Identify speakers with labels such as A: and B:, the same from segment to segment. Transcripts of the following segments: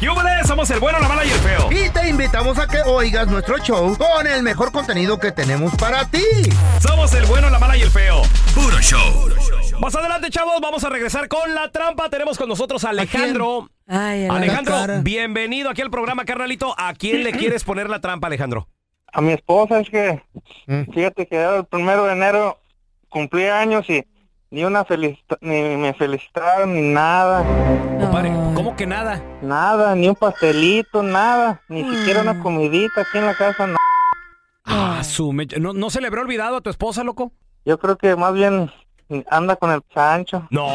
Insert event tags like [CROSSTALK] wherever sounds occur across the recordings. A: ¡Yúbales! Somos el bueno, la mala y el feo.
B: Y te invitamos a que oigas nuestro show con el mejor contenido que tenemos para ti.
A: Somos el bueno, la mala y el feo.
C: Puro show.
A: Más adelante, chavos, vamos a regresar con la trampa. Tenemos con nosotros a Alejandro.
D: Ay, a la-
A: Alejandro,
B: cara.
A: bienvenido aquí al programa, carnalito. ¿A quién le quieres poner la trampa, Alejandro?
E: A mi esposa es que,
B: Mm.
E: fíjate que el primero de enero cumplí años y ni una felicita- ni me felicitaron, ni nada,
A: Compadre,
D: Ay.
A: ¿cómo que nada?
E: nada, ni un pastelito, nada, ni siquiera una comidita aquí en la casa, no.
A: Ah, su mecha. ¿No, ¿No se le habrá olvidado a tu esposa, loco?
E: Yo creo que más bien anda con el Sancho.
A: No.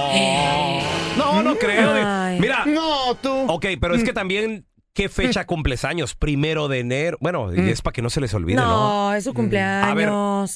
A: No, no creo.
D: Ay.
A: Mira,
B: No, tú.
A: ok, pero es que también, ¿qué fecha cumples años? Primero de enero. Bueno, y es para que no se les olvide, ¿no? Mm,
D: No, es su cumpleaños.
A: A ver,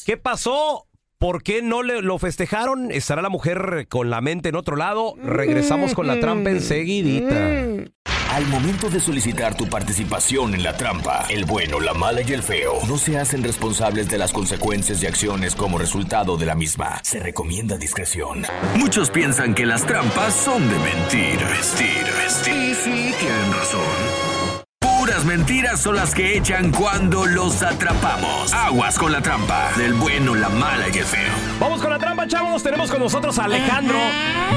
A: ¿Qué pasó? ¿Por qué no le- lo festejaron? ¿Estará la mujer con la mente en otro lado? Regresamos con la trampa enseguidita.
D: Mm.
C: Al momento de solicitar tu participación en la trampa, el bueno, la mala y el feo no se hacen responsables de las consecuencias y acciones como resultado de la misma. Se recomienda discreción. Muchos piensan que las trampas son de mentir, vestir, vestir. Y sí, tienen razón. Puras mentiras son las que echan cuando los atrapamos. Aguas con la trampa del bueno, la mala y el feo.
A: Vamos con la trampa, chavos. Tenemos con nosotros a Alejandro.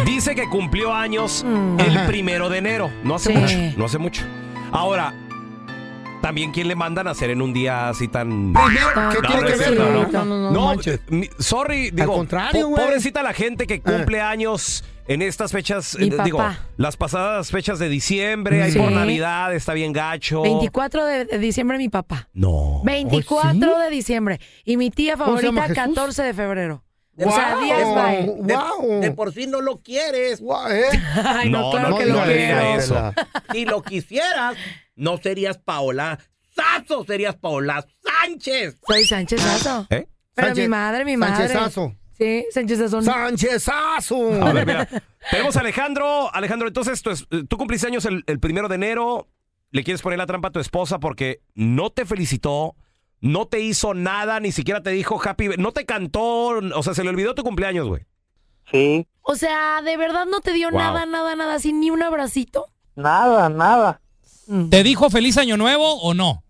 A: Dice que cumplió años el primero de enero. No hace
D: Mm. Sí.
A: mucho, no hace mucho. Ahora, también quién le mandan a hacer en un día así tan...
D: Pues
B: ¿Qué
A: No,
B: tiene
A: no
B: que
A: es
B: ver?
A: cierto, no.
B: Oh, no,
A: No, mi- sorry, digo,
B: contrario,
A: po-
B: güey. Eh.
A: pobrecita la gente que cumple años en estas fechas,
D: Mi
A: eh, digo,
D: papá.
A: las pasadas fechas de diciembre, ahí
D: Sí.
A: por Navidad, está bien gacho.
D: 24 de de diciembre mi papá.
A: No.
D: 24 de diciembre. Y mi tía
B: ¿Cómo se llama,
D: favorita,
B: Jesús?
D: 14 de febrero. O
F: Wow.
D: sea, 10 bye.
F: De,
B: Wow.
F: de por sí no lo quieres.
B: Guau, [LAUGHS] ¿eh?
D: Ay, no,
A: No,
D: claro
A: no
D: que lo
A: digas
D: quiero.
A: eso.
F: Si lo quisieras, no serías Paola Sazo, serías Paola Sánchez.
D: Soy Sánchez Sazo.
A: ¿Eh?
D: Pero
B: Sánchez-
D: mi madre, mi madre.
B: Sánchezazo.
D: Sí, Sánchez Sazo.
B: Sánchezazo.
A: A ver, mira. Tenemos a Alejandro. Alejandro, entonces tú, es- tú cumpliste años el, el primero de enero. Le quieres poner la trampa a tu esposa porque no te felicitó, no te hizo nada, ni siquiera te dijo happy, no te cantó, o sea, se le olvidó tu cumpleaños, güey.
E: Sí,
D: O sea, ¿de verdad no te dio
A: Wow.
D: nada, nada, nada, así ni un abracito? Mm.
E: nada, nada,
G: ¿Te dijo feliz año nuevo o no?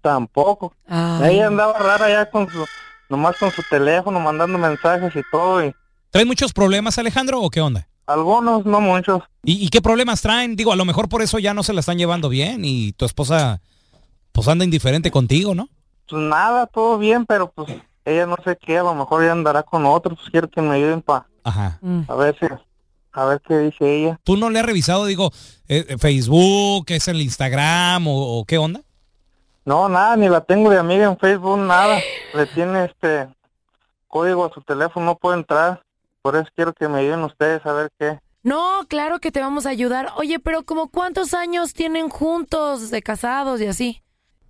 E: tampoco.
D: Ay.
E: Ella andaba rara ya con su, nomás con su teléfono, mandando mensajes y todo, y
G: ¿Traen muchos problemas, Alejandro, o qué onda?
E: algunos, no muchos.
G: ¿Y, y qué problemas traen? Digo, a lo mejor por eso ya no se la están llevando bien y tu esposa pues anda indiferente contigo, ¿no?
E: Pues nada, todo bien, pero pues ella no sé qué, a lo mejor ella andará con otros, pues quiero que me ayuden para
G: Ajá.
D: Mm.
E: a ver si, a ver qué dice ella.
G: ¿Tú no le has revisado, digo, eh, eh, Facebook, es el Instagram o, o qué onda?
E: No, nada, ni la tengo de amiga en Facebook, nada. Le tiene este código a su teléfono, no puede entrar. Por eso quiero que me ayuden ustedes a ver qué.
D: No, claro que te vamos a ayudar. Oye, pero como cuántos años tienen juntos de casados y así?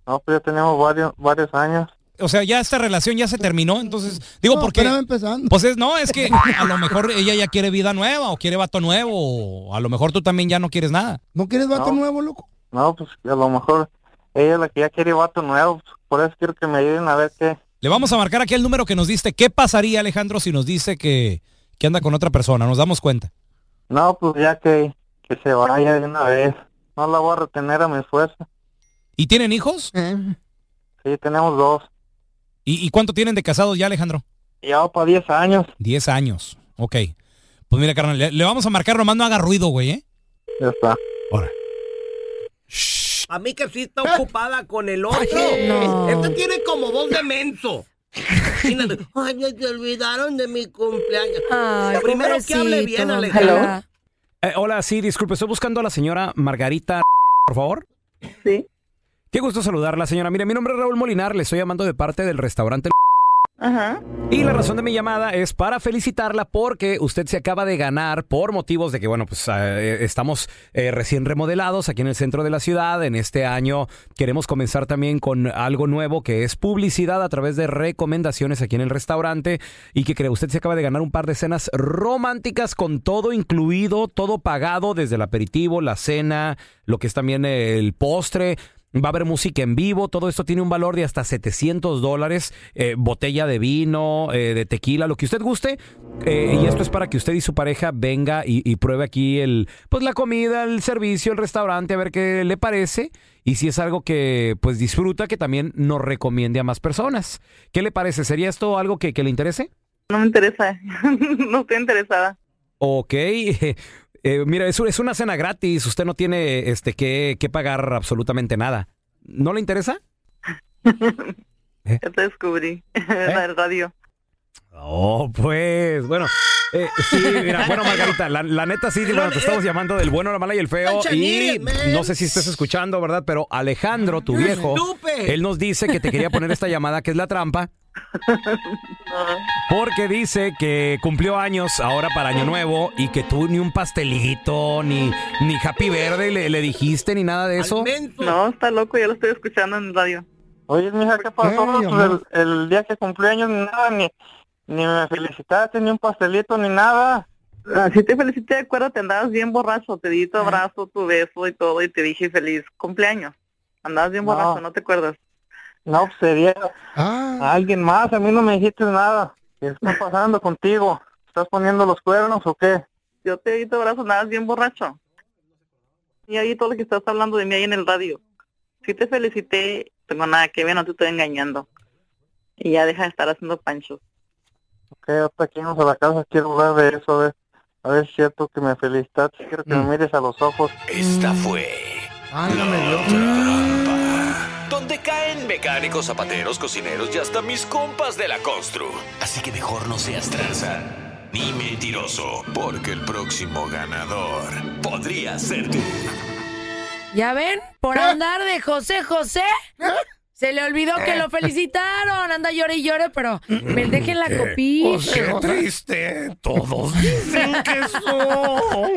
E: No, pues ya tenemos varios, varios años.
G: O sea, ya esta relación ya se terminó, entonces, digo,
B: No,
G: porque...
B: apenas va empezando.
G: Pues es, no, es que a lo mejor ella ya quiere vida nueva o quiere vato nuevo o a lo mejor tú también ya no quieres nada.
B: ¿No quieres vato
E: No.
B: nuevo, loco?
E: No, pues a lo mejor ella es la que ya quiere vato nuevo. pues, por eso quiero que me ayuden a ver qué.
G: Le vamos a marcar aquí el número que nos diste. ¿Qué pasaría, Alejandro, si nos dice que, que anda con otra persona? Nos damos cuenta.
E: No, pues ya que, que se vaya de una vez. No la voy a retener a mi esfuerzo.
G: ¿Y tienen hijos?
B: Eh.
E: Sí, tenemos dos.
G: ¿Y, y cuánto tienen de casados ya, Alejandro?
E: Ya va para 10 años.
G: Diez años. Ok. Pues mira, carnal, le, le vamos a marcar, nomás no haga ruido, güey, ¿eh?
E: Ya está.
F: A mí que sí está ocupada con el otro.
D: No.
F: Este tiene como voz de menso. Imagínate, Ay, ya se olvidaron de mi cumpleaños.
D: Ay,
F: Primero que hable bien,
D: pobrecito,
F: Alejandra.
D: ojalá.
A: Eh, hola, sí, disculpe, estoy buscando a la señora Margarita, por favor.
H: Sí.
A: Qué gusto saludarla, señora. Mire, mi nombre es Raúl Molinar, le estoy llamando de parte del restaurante.
H: Ajá.
A: Y la razón de mi llamada es para felicitarla porque usted se acaba de ganar por motivos de que, bueno, pues eh, estamos eh, recién remodelados aquí en el centro de la ciudad. En este año queremos comenzar también con algo nuevo que es publicidad a través de recomendaciones aquí en el restaurante. Y que cree, usted se acaba de ganar un par de cenas románticas con todo incluido, todo pagado, desde el aperitivo, la cena, lo que es también el postre. Va a haber música en vivo, todo esto tiene un valor de hasta 700 dólares, eh, botella de vino, eh, de tequila, lo que usted guste. Eh, y esto es para que usted y su pareja venga y, y pruebe aquí el, pues la comida, el servicio, el restaurante, a ver qué le parece. Y si es algo que pues disfruta, que también nos recomiende a más personas. ¿Qué le parece? ¿Sería esto algo que, que le interese?
H: No me interesa. [LAUGHS] no estoy interesada.
A: Ok. [LAUGHS] eh, eh, mira, es, es una cena gratis. Usted no tiene este que, que pagar absolutamente nada. ¿No le interesa?
H: Ya te descubrí. [LAUGHS]
E: ¿Eh?
H: La radio.
A: Oh, pues, bueno. eh, sí, [LAUGHS] mira, bueno, Margarita, la, la neta sí, bueno, te estamos llamando del bueno, la mala y el feo. Y no sé si estés escuchando, ¿verdad? Pero Alejandro, tu viejo, él nos dice que te quería poner esta llamada, que es la [LAUGHS] trampa. Porque dice que cumplió años ahora para Año Nuevo y que tú ni un pastelito, ni, ni Happy Verde le, le dijiste, ni nada de eso.
H: [LAUGHS] No, está loco. Ya lo estoy escuchando en radio.
E: Oye, mija, ¿qué pasó?
B: Ey,
E: Pues
B: amor.
E: el, el día que cumplí años, ni nada, ni, ni me felicitaste, ni un pastelito, ni nada.
H: Así Ah, te felicité de acuerdo. Te andabas bien borracho. Te di tu
E: Eh.
H: abrazo, tu beso y todo. Y te dije feliz cumpleaños. Andabas bien
E: No.
H: borracho. ¿No te acuerdas?
E: No, pues, sería
B: Ah,
E: alguien más. A mí no me dijiste nada. ¿Qué está pasando contigo? ¿Estás poniendo los cuernos o qué?
H: Yo te di tu abrazo. Andabas bien borracho. Y ahí todo lo que estás hablando de mí ahí en el radio. Sí te felicité. Tengo nada que ver. No te estoy engañando. Y ya deja de estar haciendo panchos.
E: Ok, hasta aquí vamos a la casa. Quiero hablar de eso. A ver, a ver si es cierto que me felicitaste. Quiero que me
H: Mm.
E: mires a los ojos.
C: Esta fue
B: Ah, me dio.
C: trampa. Donde caen mecánicos, zapateros, cocineros y hasta mis compas de la constru. Así que mejor no seas tranza ni mentiroso, porque el próximo ganador podría ser tú.
D: ¿Ya ven? Por andar de José José. Se le olvidó que lo felicitaron. Anda llore y llore, pero me dejen la copita.
B: triste. Todos dicen
A: [LAUGHS]
B: que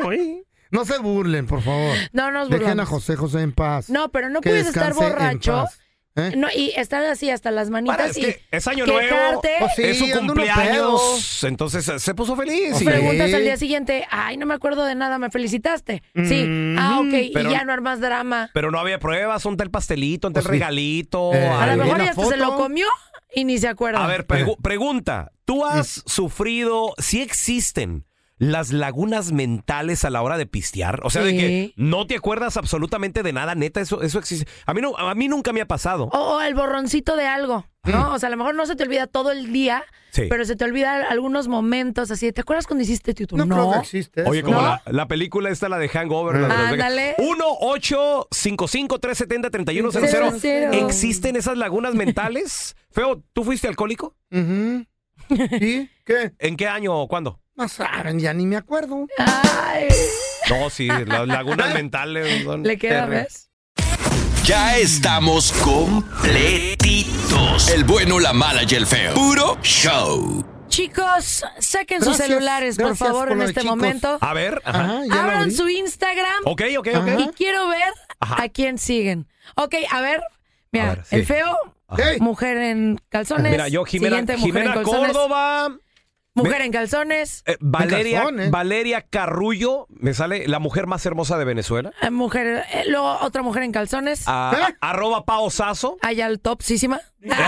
B: soy. No se burlen, por favor.
D: No nos
B: Dejen a
D: burlamos.
B: José José en paz.
D: No, pero no
B: Que
D: puedes estar
B: descanse en
D: borracho.
B: paz. ¿Eh?
D: No, y estar así hasta las
A: Para,
D: manitas
A: es,
D: y
A: que es año nuevo,
D: quejarte.
B: Pues sí,
A: es su
B: anda uno
A: cumpleaños, entonces eh, se puso feliz.
B: Sí.
A: y-
D: Preguntas al día siguiente, ay, no me acuerdo de nada, me felicitaste. Sí, ah, ok,
A: pero-
D: y ya no armas drama.
A: Pero no había pruebas, un tal pastelito, un tal
B: Pues sí.
A: regalito.
B: Eh,
D: A
A: algo.
D: lo
B: ¿alguna
D: mejor ya hasta se lo
B: foto?
D: comió y ni se acuerda.
A: A ver, pregu- pregunta. ¿Tú has sufrido, si existen las lagunas mentales a la hora de pistear? O sea, de
D: Sí.
A: que no te acuerdas absolutamente de nada, neta, eso, eso existe. A mí, no, a mí nunca me ha pasado.
D: O, o el borroncito de algo, ¿no? O sea, a lo mejor no se te olvida todo el día,
A: Sí.
D: pero se te olvida algunos momentos así. ¿Te acuerdas cuando hiciste tu
B: No,
D: no?
B: creo que existe.
A: Oye,
B: eso.
A: como
D: ¿No?
A: la, la película esta, la de Hangover. la de los-
D: Ándale.
A: 1-855-370-3100.
D: Cero.
A: ¿Existen esas lagunas mentales? Feo, ¿tú fuiste alcohólico?
B: Ujú. ¿Y qué?
A: ¿En qué año o cuándo?
B: No saben, ya ni me acuerdo.
D: Ay,
A: No, sí, las lagunas mentales. son
D: le queda,
A: terribles.
D: ¿ves?
C: Ya estamos completitos. El bueno, la mala y el feo. Puro show.
D: Chicos, saquen sus
B: Gracias,
D: celulares, por
B: gracias
D: favor,
B: por
D: en
B: lo de
D: este
B: chicos.
D: momento.
A: A ver. ajá.
B: Ajá, ya lo
D: Abran
B: abrí.
D: su Instagram
A: Ok, ok, ok.
B: Ajá.
D: y quiero ver
A: Ajá.
D: a quién siguen. Ok, a ver, mira,
A: A ver, sí.
D: el feo,
B: Ey,
D: mujer en calzones.
A: Mira, yo Jimena,
D: siguiente, mujer en
A: Jimena
D: calzones,
A: Córdoba,
D: Mujer en calzones,
A: eh, Valeria,
B: calzones.
A: Valeria Carrullo, me sale la mujer más hermosa de Venezuela.
D: eh, mujer, eh, luego otra mujer en calzones.
A: A-
B: ¿Eh?
A: Arroba Pao Sasso.
D: Allá el topsísima.
B: ¿Tienes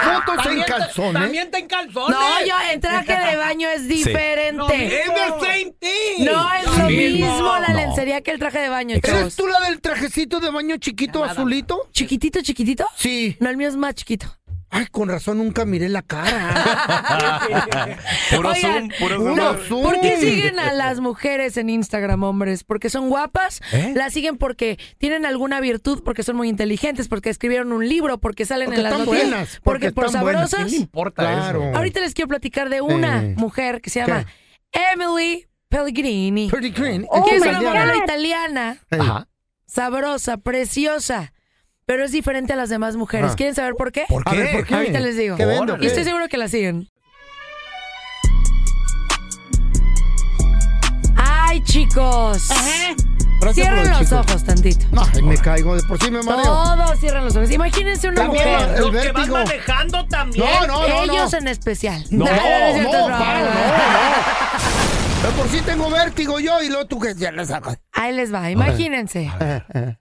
B: fotos en
F: También te-
B: calzones?
F: También te en calzones.
D: No, yo en traje de baño es
F: No,
D: diferente.
F: es the same thing.
D: No es lo
F: Sí.
D: mismo la
A: No.
D: lencería que el traje de baño,
B: ¿Eres
D: chavos.
B: tú la del trajecito de baño chiquito azulito?
D: ¿Chiquitito, chiquitito?
B: Sí.
D: No, el mío es más chiquito.
B: Ay, con razón nunca miré la
D: [LAUGHS]
B: cara.
A: Puro Zoom,
D: Oigan,
A: puro Zoom.
B: Puro
D: no,
B: Zoom.
D: ¿Por qué siguen a las mujeres en Instagram, hombres? ¿Porque son guapas?
A: ¿Eh?
D: ¿Las siguen porque tienen alguna virtud? ¿Porque son muy inteligentes? ¿Porque escribieron un libro? ¿Porque salen
B: Porque
D: en las
B: están
D: noticias?
B: buenas.
D: ¿Porque, por
B: están buenas.
D: sabrosas?
B: ¿Qué le importa claro. eso?
D: Ahorita les quiero platicar de una
B: Sí.
D: mujer que se llama Emily Pellegrini.
B: Pretty green.
D: que Oh, es una
B: italiana.
D: modelo italiana,
B: Ajá.
D: sabrosa, preciosa, pero es diferente a las demás mujeres.
B: Ah.
D: ¿Quieren saber por qué?
A: ¿Por
B: A
A: qué?
B: ver, ¿por qué?
D: Ahorita les digo.
B: ¿Qué vendo?
D: Y
B: ¿Qué?
D: estoy seguro que la siguen. Ay, chicos.
B: Gracias por
D: Cierren
B: lo
D: los
B: chico.
D: ojos tantito.
B: Ay, me caigo, de por sí me mareo.
D: Todos cierran los ojos. Imagínense una
B: También
D: mujer.
B: el
F: Los que van
B: vértigo.
F: manejando también.
B: No, no, no, no.
D: Ellos en especial.
B: No,
D: [LAUGHS]
B: no,
D: es
B: no,
D: cierto, es broma.
B: Pao, no, no. De por sí tengo vértigo yo y luego tú que ya le sacas.
D: Ahí les va, imagínense.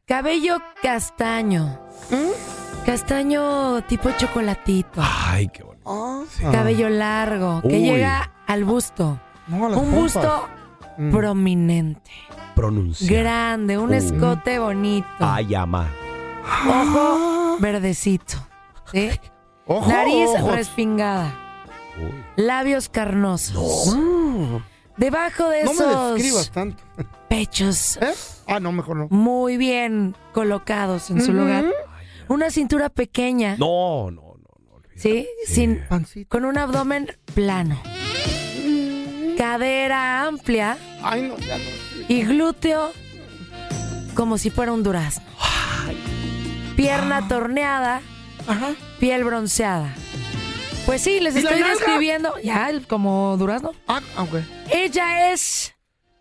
D: Cabello castaño. ¿Mm? Castaño tipo chocolatito.
B: Ah.
I: Ay, qué bonito.
D: Cabello largo, que
I: Uy.
D: llega al busto.
B: No, a las
D: Un
B: pompas.
D: busto
B: Mm. Oh.
D: prominente,
I: Pronunciar.
D: grande, un
I: Uh.
D: escote bonito.
A: Ay, ama.
D: Ojo verdecito. ¿sí?
B: Ojo,
D: Nariz
B: ojo.
D: respingada. Labios carnosos.
B: Mm.
D: Debajo de
B: No me
D: esos
B: describas tanto. [LAUGHS]
D: pechos
B: ¿Eh? Ah, no, mejor no.
D: muy bien colocados en su lugar. Una cintura pequeña,
A: No, no, no.
D: ¿sí? Sin,
B: Pancito.
D: con un abdomen plano. Cadera amplia
B: Ay, no, ya no.
D: y glúteo como si fuera un durazno. Pierna torneada, piel bronceada. Pues sí, les
B: ¿Y la
D: estoy
B: nalga?
D: describiendo. Ya, el- como durazno.
B: Ah, ah, güey.
D: Ella es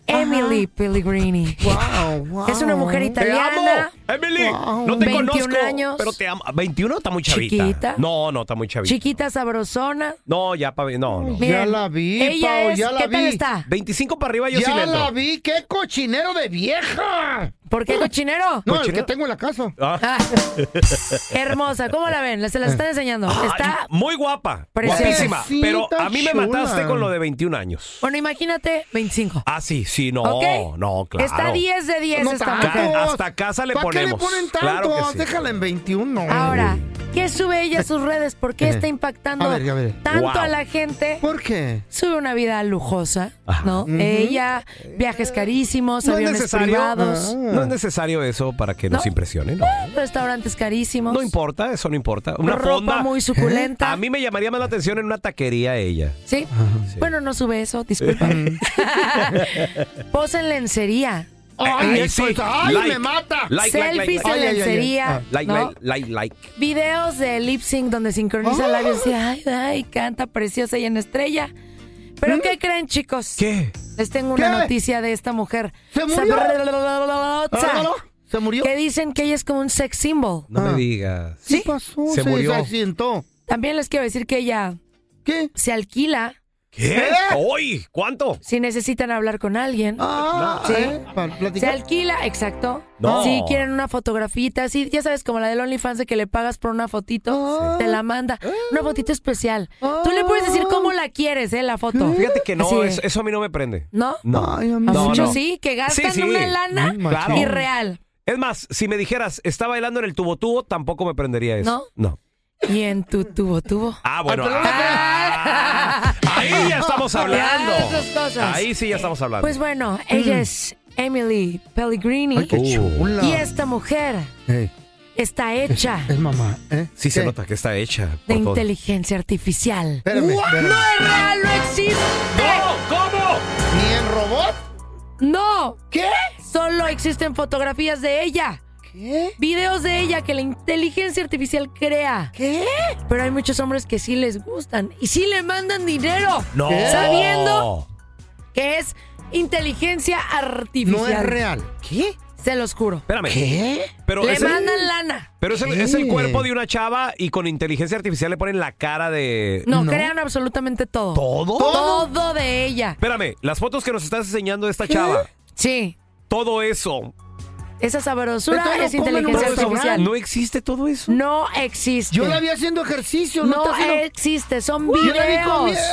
D: Emily Pellegrini.
B: Wow, wow.
D: Es una mujer
A: ¡Te
D: italiana.
A: amo! ¡Emily!
B: Wow.
A: No te
D: 21
A: conozco.
D: años.
A: Pero te amo. 21 está muy chavita.
D: Chiquita.
A: No, no, está muy chavita.
D: Chiquita sabrosona.
A: No, ya para. No, no.
B: Ya
D: Miren,
B: la vi,
D: Ella
B: Pao,
D: es,
B: ya la
D: ¿Qué tal
B: vi.
D: está?
A: 25 para arriba yo sí le
B: Ya
A: entro.
B: la vi, qué cochinero de vieja.
D: ¿Por qué cochinero?
B: No, el
A: ¿Cochinero?
B: que tengo en la casa.
D: Ah. [LAUGHS] hermosa, ¿cómo la ven? Se las están enseñando.
A: Ay,
D: Está.
A: muy guapa.
D: Preciosa.
A: Guapísima.
B: Guapecita,
A: Pero a mí me
B: chula.
A: mataste con lo de 21 años.
D: Bueno, imagínate, 25.
A: Ah, sí, sí, no.
D: ¿Ok?
A: No, claro.
D: Está 10 de 10
B: No
D: esta
B: tanto.
D: mujer.
A: Ca- hasta casa le
B: ¿Para qué le
A: ponemos.
B: ponen
A: Claro
B: tanto?
A: que sí.
B: Déjala en 21.
D: Ahora, ¿qué sube ella a sus redes? ¿Por qué está impactando
B: A ver, a ver.
D: tanto
A: Wow.
D: a la gente?
B: ¿Por qué?
A: Eh,
D: Sube una vida lujosa, ¿no? Ella, viajes carísimos,
I: No es
D: aviones
I: necesario.
B: Ah,
D: privados,
I: No es necesario eso para que nos
D: No.
I: impresione, ¿no?
D: restaurantes carísimos,
A: No importa, eso no importa. Una
D: ropa
A: fonda. ¿eh?
D: muy suculenta.
A: A mí me llamaría más la atención en una taquería ella.
D: ¿Sí? Bueno, no sube eso, disculpa. [LAUGHS] Posa en lencería,
B: Ay,
A: Ahí
B: eso
A: sí.
B: es- ay,
A: Like.
B: me mata.
A: Like, like, like,
D: selfies
A: like.
D: en
B: Ay, ay, ay, ay.
D: lencería,
B: Ah,
A: Like,
D: ¿no?
A: like, like, like.
D: videos de lip sync donde sincroniza
B: Ah.
D: labios y ay, ay, canta preciosa y en estrella. ¿Pero qué creen, chicos?
I: ¿Qué?
D: Les tengo una
B: ¿Qué?
D: noticia de esta mujer.
B: ¿Se murió? Ah,
D: Sabrosota,
B: ¿Se murió?
D: Que dicen que ella es como un sex symbol.
I: No
B: Ah.
I: me digas.
B: ¿Qué pasó?
I: Se murió.
B: accidentó.
D: También les quiero decir que ella
B: ¿Qué?
D: se alquila
A: ¿Qué?
B: ¿Eh?
A: ¡Uy! ¿Cuánto?
D: si necesitan hablar con alguien.
B: Ah,
D: Sí.
B: ¿eh? ¿Para
D: Se
B: platicar?
D: alquila, exacto.
A: No.
D: Si quieren una fotografita, sí, ya sabes, como la del OnlyFans de que le pagas por una
B: Ah.
D: fotito, te la manda. Una fotito especial. Tú le puedes decir cómo la quieres, ¿eh? La foto.
A: Fíjate que
D: Así
A: no,
D: de-
A: es- eso a mí no me prende.
D: ¿No?
A: No.
B: Ay, a mí
D: A
A: No,
D: muchos
A: no.
D: sí, que gastan
A: Sí, sí.
D: una lana
B: Muy machín.
D: irreal.
A: Es más, si me dijeras, está bailando en el tubo tubo, tampoco me prendería eso.
D: ¿No?
A: No.
D: Y en tu tubo, tubo.
A: Ah, bueno.
B: pero-
A: ah, ahí ya estamos hablando.
D: Ya, esas cosas.
A: Ahí sí ya estamos hablando.
D: [LAUGHS] Pues bueno, ella es Emily Pellegrini.
B: Ay, qué
A: Uh.
B: chula.
D: y esta mujer
B: Ey,
D: está hecha
B: es mamá, ¿eh?
I: Sí se
B: ¿Qué?
I: nota que está hecha.
D: de
I: por todo.
D: inteligencia artificial.
B: Espérame,
D: ¡Guau!
B: espérame.
D: ¡No es real! ¡No existe!
A: ¿Cómo? ¿Cómo?
B: ¿Ni en robot?
D: ¡No!
B: ¿Qué?
D: Solo existen fotografías de ella.
B: ¿Qué?
D: Videos de ella que la inteligencia artificial crea.
B: ¿Qué?
D: Pero hay muchos hombres que sí les gustan y sí le mandan dinero.
A: No.
D: Sabiendo que es inteligencia artificial.
B: No es real. ¿Qué?
D: Se los juro.
A: Espérame.
B: ¿Qué?
A: Pero
D: le
A: es el-
D: mandan lana.
A: Pero es el,
B: ¿Qué?
A: es el cuerpo de una chava y con inteligencia artificial le ponen la cara de.
D: No,
B: ¿No?
D: crean absolutamente todo.
A: ¿Todo?
D: Todo, de ella.
A: Espérame, las fotos que nos estás enseñando de esta chava,
D: Sí.
A: todo eso.
D: Esa sabrosura
B: Entonces lo
D: es
B: comen en un
D: inteligencia
B: restaurante.
D: artificial.
A: ¿No existe todo eso?
D: No existe.
B: Yo la vi haciendo ejercicio, no,
D: No
B: está haciendo-
D: existe. Son
B: Yo la vi con-
D: videos.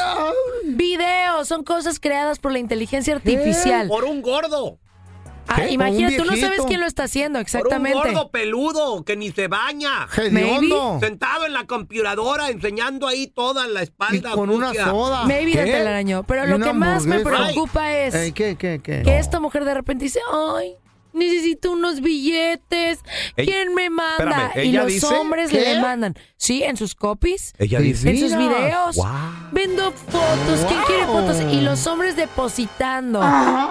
D: Videos. Son cosas creadas por la inteligencia artificial.
A: Por un gordo.
D: Ah,
B: ¿Qué? Por
D: imagínate, tú
B: un
D: no
B: viejito.
D: sabes quién lo está haciendo exactamente.
A: Por un gordo peludo que ni se baña.
B: Hediondo.
A: Sentado en la computadora enseñando ahí toda la
B: Y
A: espalda.
B: con una
A: sucia.
B: soda.
D: Maybe de
I: ¿Qué?
D: telaraño. Pero
B: Y
D: lo
B: una
D: que más me
B: hamburguesa.
D: preocupa es
B: Ey, Eh, ¿Qué, qué, qué?
D: que esta mujer de repente dice, ay, necesito unos billetes.
A: Ey,
D: ¿Quién me manda?
A: espérame,
D: y
A: ¿ella
D: los
A: dice?
D: hombres
B: ¿Qué?
D: le mandan. Sí, en sus copies,
A: Ella
B: Sí,
A: dice.
D: en sus
B: Mira.
D: videos.
A: Guau.
D: Vendo fotos, ¿quién
B: Wow.
D: quiere fotos? Y los hombres depositando.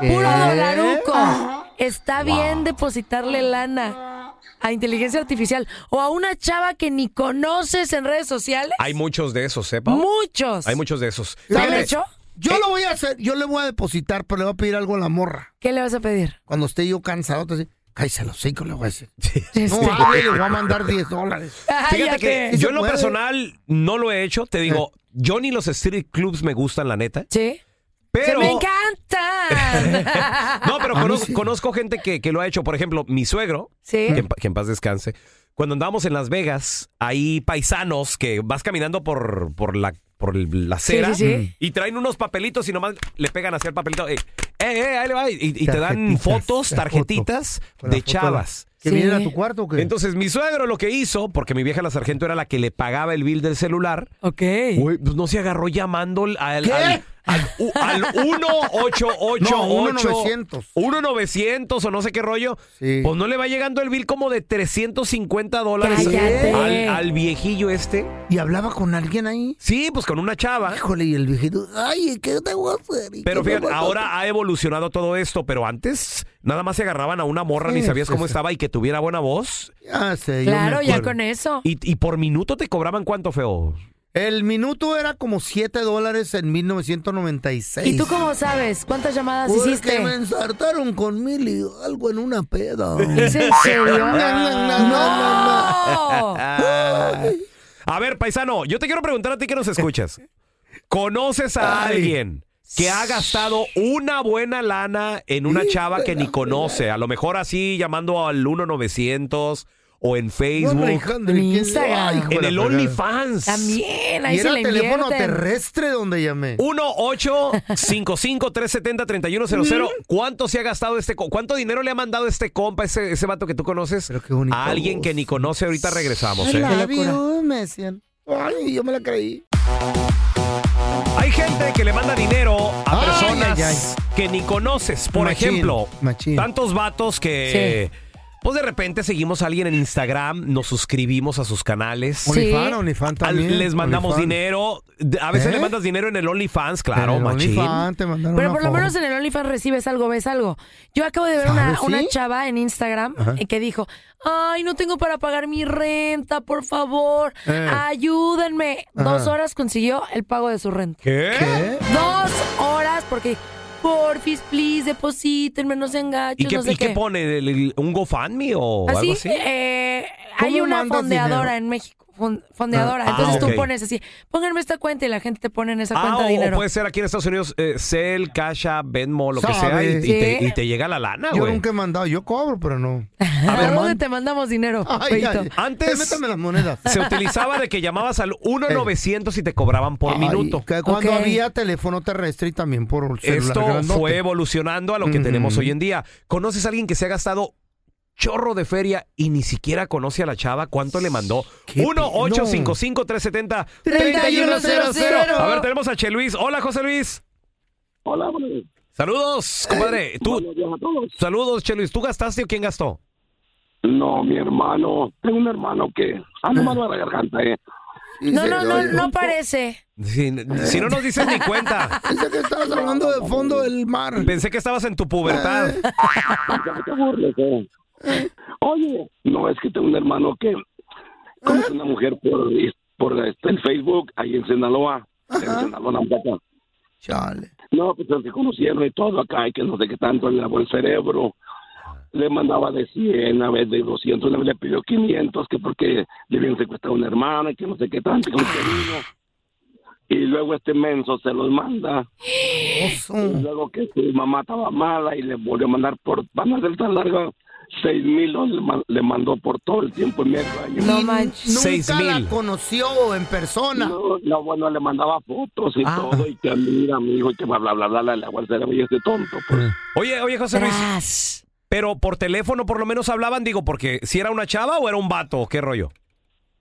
B: ¿Qué?
D: Puro dolaruco. Está bien depositarle lana a inteligencia artificial o a una chava que ni conoces en redes sociales.
I: Hay muchos de esos,
A: ¿eh,
I: sepa.
D: Muchos.
I: Hay muchos de esos.
D: ¿Lo han
B: Fíjate,
D: hecho?
B: Yo lo voy a hacer, yo le voy a depositar, pero le voy a pedir algo a la morra.
D: ¿Qué le vas a pedir?
B: Cuando esté yo cansado, te dice, cállese los cinco, le voy a decir.
D: Este,
B: No, hable, le voy a mandar 10 dólares.
A: Fíjate que
D: cállate.
A: yo
B: se
A: en lo
B: puede. Eh.
A: personal no lo he hecho. Te digo, yo ni los street clubs me gustan, la neta.
D: Sí.
A: Pero.
D: ¡Me
B: [LAUGHS]
D: encantan!
A: No, pero conozco, conozco gente que, que lo ha hecho. Por ejemplo, mi suegro,
D: Sí.
B: em-
A: que, en, pa- que en paz descanse, cuando andábamos en Las Vegas, hay paisanos que vas caminando por, por la por el- la
D: Sí,
A: acera
D: sí, sí.
A: y traen unos papelitos y nomás le pegan hacia el papelito. ¡Eh, eh, eh, ahí le va! Y, y te dan
B: Tarjetitas,
A: fotos,
B: la foto.
A: tarjetitas
B: Con la
A: de
B: foto la-
A: chavas.
B: ¿Que
D: Sí.
B: vienen a tu cuarto o qué?
A: Entonces, mi suegro lo que hizo, porque mi vieja la sargento era la que le pagaba el bill del celular,
D: Ok.
A: Güey, pues no se agarró llamando al, al,
B: ¿Qué?
A: al, al, u-
B: [LAUGHS]
A: al 1888
B: No, 1900.
A: 1900 o no sé qué rollo.
B: Sí.
A: Pues no le va llegando el bill como de 350 dólares
D: Cállate.
A: al, al viejillo este.
B: ¿Y hablaba con alguien ahí?
A: Sí, pues con una chava.
B: Híjole, y el viejito, ay, ¿qué te voy a hacer? ¿Y
A: Pero
B: qué te
A: fíjate,
B: voy a hacer?"
A: ahora ha evolucionado todo esto, pero antes nada más se agarraban a una morra, ni
B: Sí,
A: sabías
B: sí,
A: cómo
B: sí.
A: estaba y que tuviera buena voz.
B: Ya sé, yo me
D: Claro, ya
B: acuerdo.
D: con eso.
A: Y, y por minuto te cobraban cuánto, feo.
B: El minuto era como 7 dólares en 1996.
D: ¿Y tú cómo sabes? ¿Cuántas llamadas
B: Porque
D: hiciste?
B: me ensartaron con mil y algo en una peda.
D: ¿Es en serio?
B: no,
D: ¡No!
A: A ver, paisano, yo te quiero preguntar a ti que nos
B: [LAUGHS]
A: escuchas. ¿Conoces a
B: Ay.
A: alguien que ha gastado una buena lana en una chava que ni conoce? A lo mejor así llamando al 1900 o en
B: Hombre,
A: Facebook,
B: Alejandro, ¿y
D: En
B: quién-
D: Instagram.
B: Ay, hijo de
A: en
B: la
A: el
B: fregada.
A: OnlyFans.
D: También,
B: Y
D: ahí se
B: era
D: le
B: teléfono
D: invierten.
B: terrestre donde llamé.
A: 1 370 3100 ¿Cuánto se ha gastado este co- ¿Cuánto dinero le ha mandado este compa, ese, ese vato que tú conoces?
B: Pero qué bonita
A: a alguien
B: voz.
A: que ni conoce. Ahorita regresamos. ¿eh?
B: la me decían. Ay, yo me la creí.
A: Hay gente que le manda dinero a
B: Ay,
A: personas
B: ay, ay.
A: que ni conoces. Por
B: Machín,
A: ejemplo,
B: machín.
A: tantos vatos que. Pues de repente seguimos a alguien en Instagram, nos suscribimos a sus canales.
D: Sí.
B: OnlyFans, OnlyFans
A: al-
B: también.
A: les mandamos
B: OnlyFans.
A: dinero. De- A veces
B: ¿Eh?
A: le mandas dinero en el OnlyFans,
B: En el
A: claro, machín.
B: OnlyFans te mandaron
D: Pero
B: una
D: por lo
B: foto.
D: menos en el OnlyFans recibes algo, ves algo. Yo acabo de ver una,
B: ¿Sabes,
D: una
B: sí?
D: chava en Instagram eh, que dijo, ay, no tengo para pagar mi renta, por favor,
B: Eh.
D: ayúdenme. Dos
B: Ajá.
D: horas consiguió el pago de su renta.
A: ¿Qué?
B: ¿Qué?
D: Dos horas porque, porfis, please, deposítenme, no se enganchen,
A: ¿Y qué,
D: no sé Ah,
A: y qué pone? ¿El- el- ¿Un GoFundMe o
D: Así,
A: algo así?
D: eh,
B: ¿Cómo
D: hay una
B: mandas
D: fondeadora
B: dinero?
D: en México, fon- fondeadora.
A: Ah,
D: Entonces
A: ok.
D: tú pones así, pónganme esta cuenta y la gente te pone en esa
A: Ah,
D: cuenta
A: o, o
D: dinero.
A: puede ser aquí en Estados Unidos, eh, Cell, Casha, Venmo, lo que sea, y,
B: ¿Sabes?
A: y te,
D: Sí.
A: y te llega la lana,
B: Yo
A: güey.
B: nunca he mandado, yo cobro, pero
D: [LAUGHS]
B: no.
D: ¿A,
B: ver,
D: dónde
B: man-
D: te mandamos dinero?
B: Ay,
D: Feito?
B: ay,
A: Antes-
B: eh, Métame las monedas.
A: Se utilizaba de que llamabas al 1-900 y te cobraban por
B: Ay,
A: minuto.
B: que cuando
D: Ok.
B: había teléfono terrestre y también por celular
A: Esto
B: grandote.
A: fue evolucionando a lo que
B: Ujú.
A: tenemos hoy en día. ¿Conoces a alguien que se ha gastado chorro de feria y ni siquiera conoce a la chava? ¿Cuánto le mandó?
B: ¿Qué
A: 1-855-370.
B: 3100.
A: A ver, tenemos a Che Luis. Hola, José Luis.
J: Hola, buenos
A: Saludos, compadre. Tú,
J: días a todos.
A: saludos, Che Luis. ¿Tú gastaste o quién gastó?
J: No, mi hermano. Tengo un hermano que. Ah, no malo de la garganta, ¿eh?
D: No, no, no, no parece.
A: Si, si no nos dices ni cuenta.
B: Pensé que
A: [LAUGHS]
B: estabas hablando del fondo del mar.
A: Pensé que estabas en tu pubertad.
J: Ya no te burles, ¿eh? Oye, no, es que tengo un hermano que. Como una mujer por, por este, el Facebook, ahí en Sinaloa. En Sinaloa, Nampaca.
B: Chale.
J: No, pues se conocieron y todo acá, y que no sé qué tanto le lavó el cerebro. Le mandaba de 100, a veces de 200, una vez le pidió 500, que porque le habían secuestrado a una hermana, y que no sé qué tanto, que no sé qué vino. Y luego este menso se los manda. Y
A: Mm.
B: Oso.
J: luego que su mamá estaba mala y le volvió a mandar por, van a hacer tan larga, seis mil dólares le ma- le mandó por todo el tiempo y medio año.
D: No
B: Y
D: manches.
B: Nunca
A: Seis mil.
B: la conoció en persona.
J: No, no, bueno, le mandaba fotos
A: Ah.
J: y todo, y que mira, mi hijo, y que bla, bla, bla, bla, le agua el cerebro y este tonto, pues.
A: Oye, oye, José Luis.
D: Tras.
A: Pero por teléfono por lo menos hablaban, digo, porque si era una chava o era un vato, qué rollo.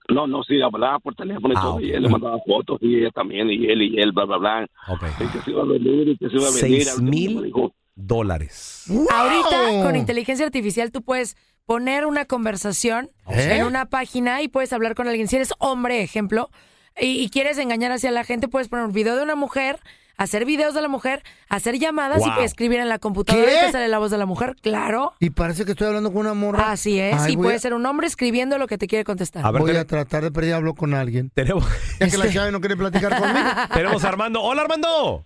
J: No, no, sí, hablaba por teléfono y
A: Mm. Ah,
J: todo,
A: ok.
J: y él le mandaba fotos, y ella también, y él, y él, bla, bla, bla.
A: Ok.
J: Y que se iba a venir, y que se iba a venir.
A: Seis mil.
J: Dijo,
A: Dólares.
B: ¡Wow!
D: Ahorita con inteligencia artificial tú puedes poner una conversación
B: ¿Eh?
D: en una página y puedes hablar con alguien. Si eres hombre, ejemplo, y, y quieres engañar hacia la gente, puedes poner un video de una mujer, hacer videos de la mujer, hacer llamadas
A: Wow.
D: y escribir en la computadora y
B: ¿Qué?
D: te sale la voz de la mujer. Claro.
B: Y parece que estoy hablando con una morra.
D: Así es.
B: Ay,
D: y
B: voy
D: puede
B: a-
D: ser un hombre escribiendo lo que te quiere contestar.
A: A ver,
B: Voy
A: tele-
B: a tratar de pedir hablo con alguien.
A: [LAUGHS] tenemos,
B: Ya que
D: Este-
B: la llave no quiere platicar conmigo.
D: [LAUGHS]
A: tenemos a Armando. Hola, Armando.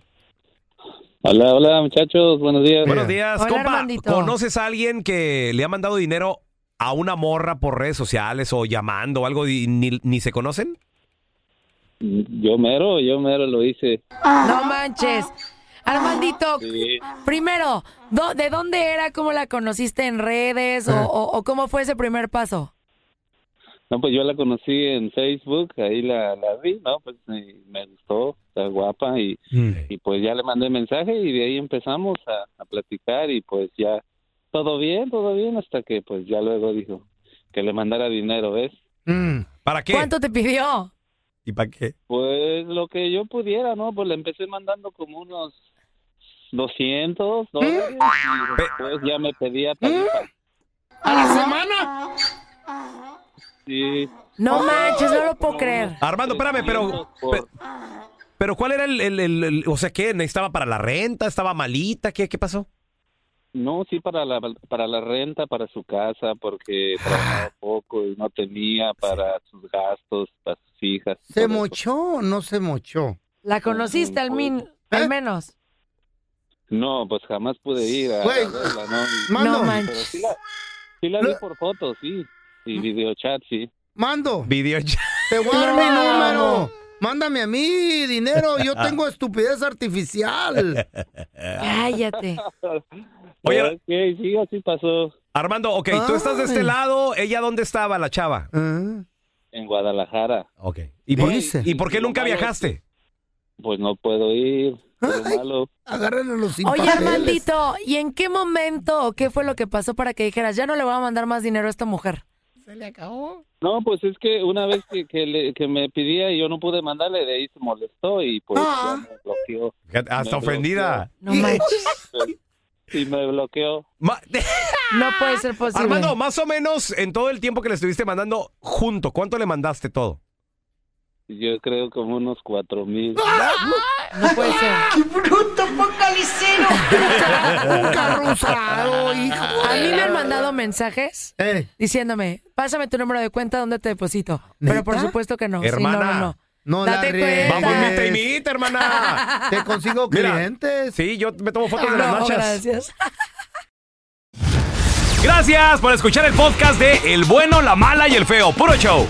K: Hola, hola muchachos, buenos días.
A: Buenos días,
D: Hola,
A: compa.
D: Armandito.
A: ¿Conoces a alguien que le ha mandado dinero a una morra por redes sociales o llamando o algo y ni, ni se conocen?
K: Yo mero, yo mero lo hice.
B: Ah.
D: No manches. Armandito, primero, do- ¿de dónde era? ¿Cómo la conociste en redes?
B: Eh.
D: ¿O, o- o cómo fue ese primer paso?
K: No, pues yo la conocí en Facebook, ahí la, la vi, ¿no? Pues y me gustó, está guapa y,
A: Mm.
K: y pues ya le mandé mensaje y de ahí empezamos a, a platicar y pues ya todo bien, todo bien, hasta que pues ya luego dijo que le mandara dinero, ¿ves?
A: ¿Para
D: ¿Cuánto te pidió?
A: ¿Y para qué?
K: Pues lo que yo pudiera, ¿no? Pues le empecé mandando como unos 200 dólares y después ya me pedía tarifas.
B: ¿A la semana?
K: Sí.
D: No manches, no lo puedo creer.
A: Armando, espérame, pero. pe- Pero, ¿cuál era el, el- el- el- O sea, ¿qué? ¿Necesitaba para la renta? ¿Estaba malita? ¿Qué, qué pasó?
K: No, sí, para la, para la renta, para su casa,
B: [SIGHS]
K: porque trabajaba poco y no tenía para sus gastos, para sus hijas.
B: ¿Se mochó o no se mochó?
D: ¿La conociste al, min- al menos?
K: No, pues jamás pude ir a, a
B: Güey.
K: verla, ¿no? Y-
B: Mano. No
K: pero
B: manches.
K: Sí la, sí la vi por fotos, sí. Y videochat, sí.
B: Mando.
A: Video
B: Te voy a dar
K: No.
B: mi número. Mándame a mí dinero.
A: [LAUGHS]
B: Yo tengo estupidez artificial.
D: Cállate.
A: Oye,
K: ok, sí, así pasó.
A: Armando, ok, tú estás de este
K: Ay.
A: lado. ¿Ella dónde estaba, la chava?
B: ¿Eh?
K: En Guadalajara.
A: Ok. ¿Y por,
K: Dice.
A: ¿y por qué nunca viajaste?
K: Pues no puedo ir. es lo malo.
B: Agárrenlo los
D: Oye, Armandito, ¿y en qué momento o qué fue lo que pasó para que dijeras, ya no le voy a mandar más dinero a esta mujer?
B: Se le acabó.
K: No, pues es que una vez que, que, le- que me pedía y yo no pude mandarle, de ahí se molestó y pues
B: Ah.
K: ya me bloqueó.
A: Fíjate, Hasta
K: Me
A: ofendida.
D: No manches.
K: Y me bloqueó.
D: No puede ser posible.
A: Armando, más o menos en todo el tiempo que le estuviste mandando junto, ¿cuánto le mandaste todo?
K: Yo creo como unos cuatro mil.
D: No puede ser.
B: ¡Qué bruto focalicero!
D: [LAUGHS]
B: Un carrusado, hijo.
D: A mí me han mandado mensajes diciéndome, pásame tu número de cuenta donde te deposito. Pero por supuesto que no. Sí,
A: Hermana.
D: no, no,
B: No
D: no. Date
B: la
D: cuenta.
A: Vamos, mita y mita,
B: [LAUGHS]
A: hermana.
B: Te consigo
A: Mira,
B: clientes.
A: Sí, yo me tomo fotos de las
D: No,
A: nachas.
D: gracias.
A: Gracias por escuchar el podcast de El Bueno, la Mala y el Feo. Puro show.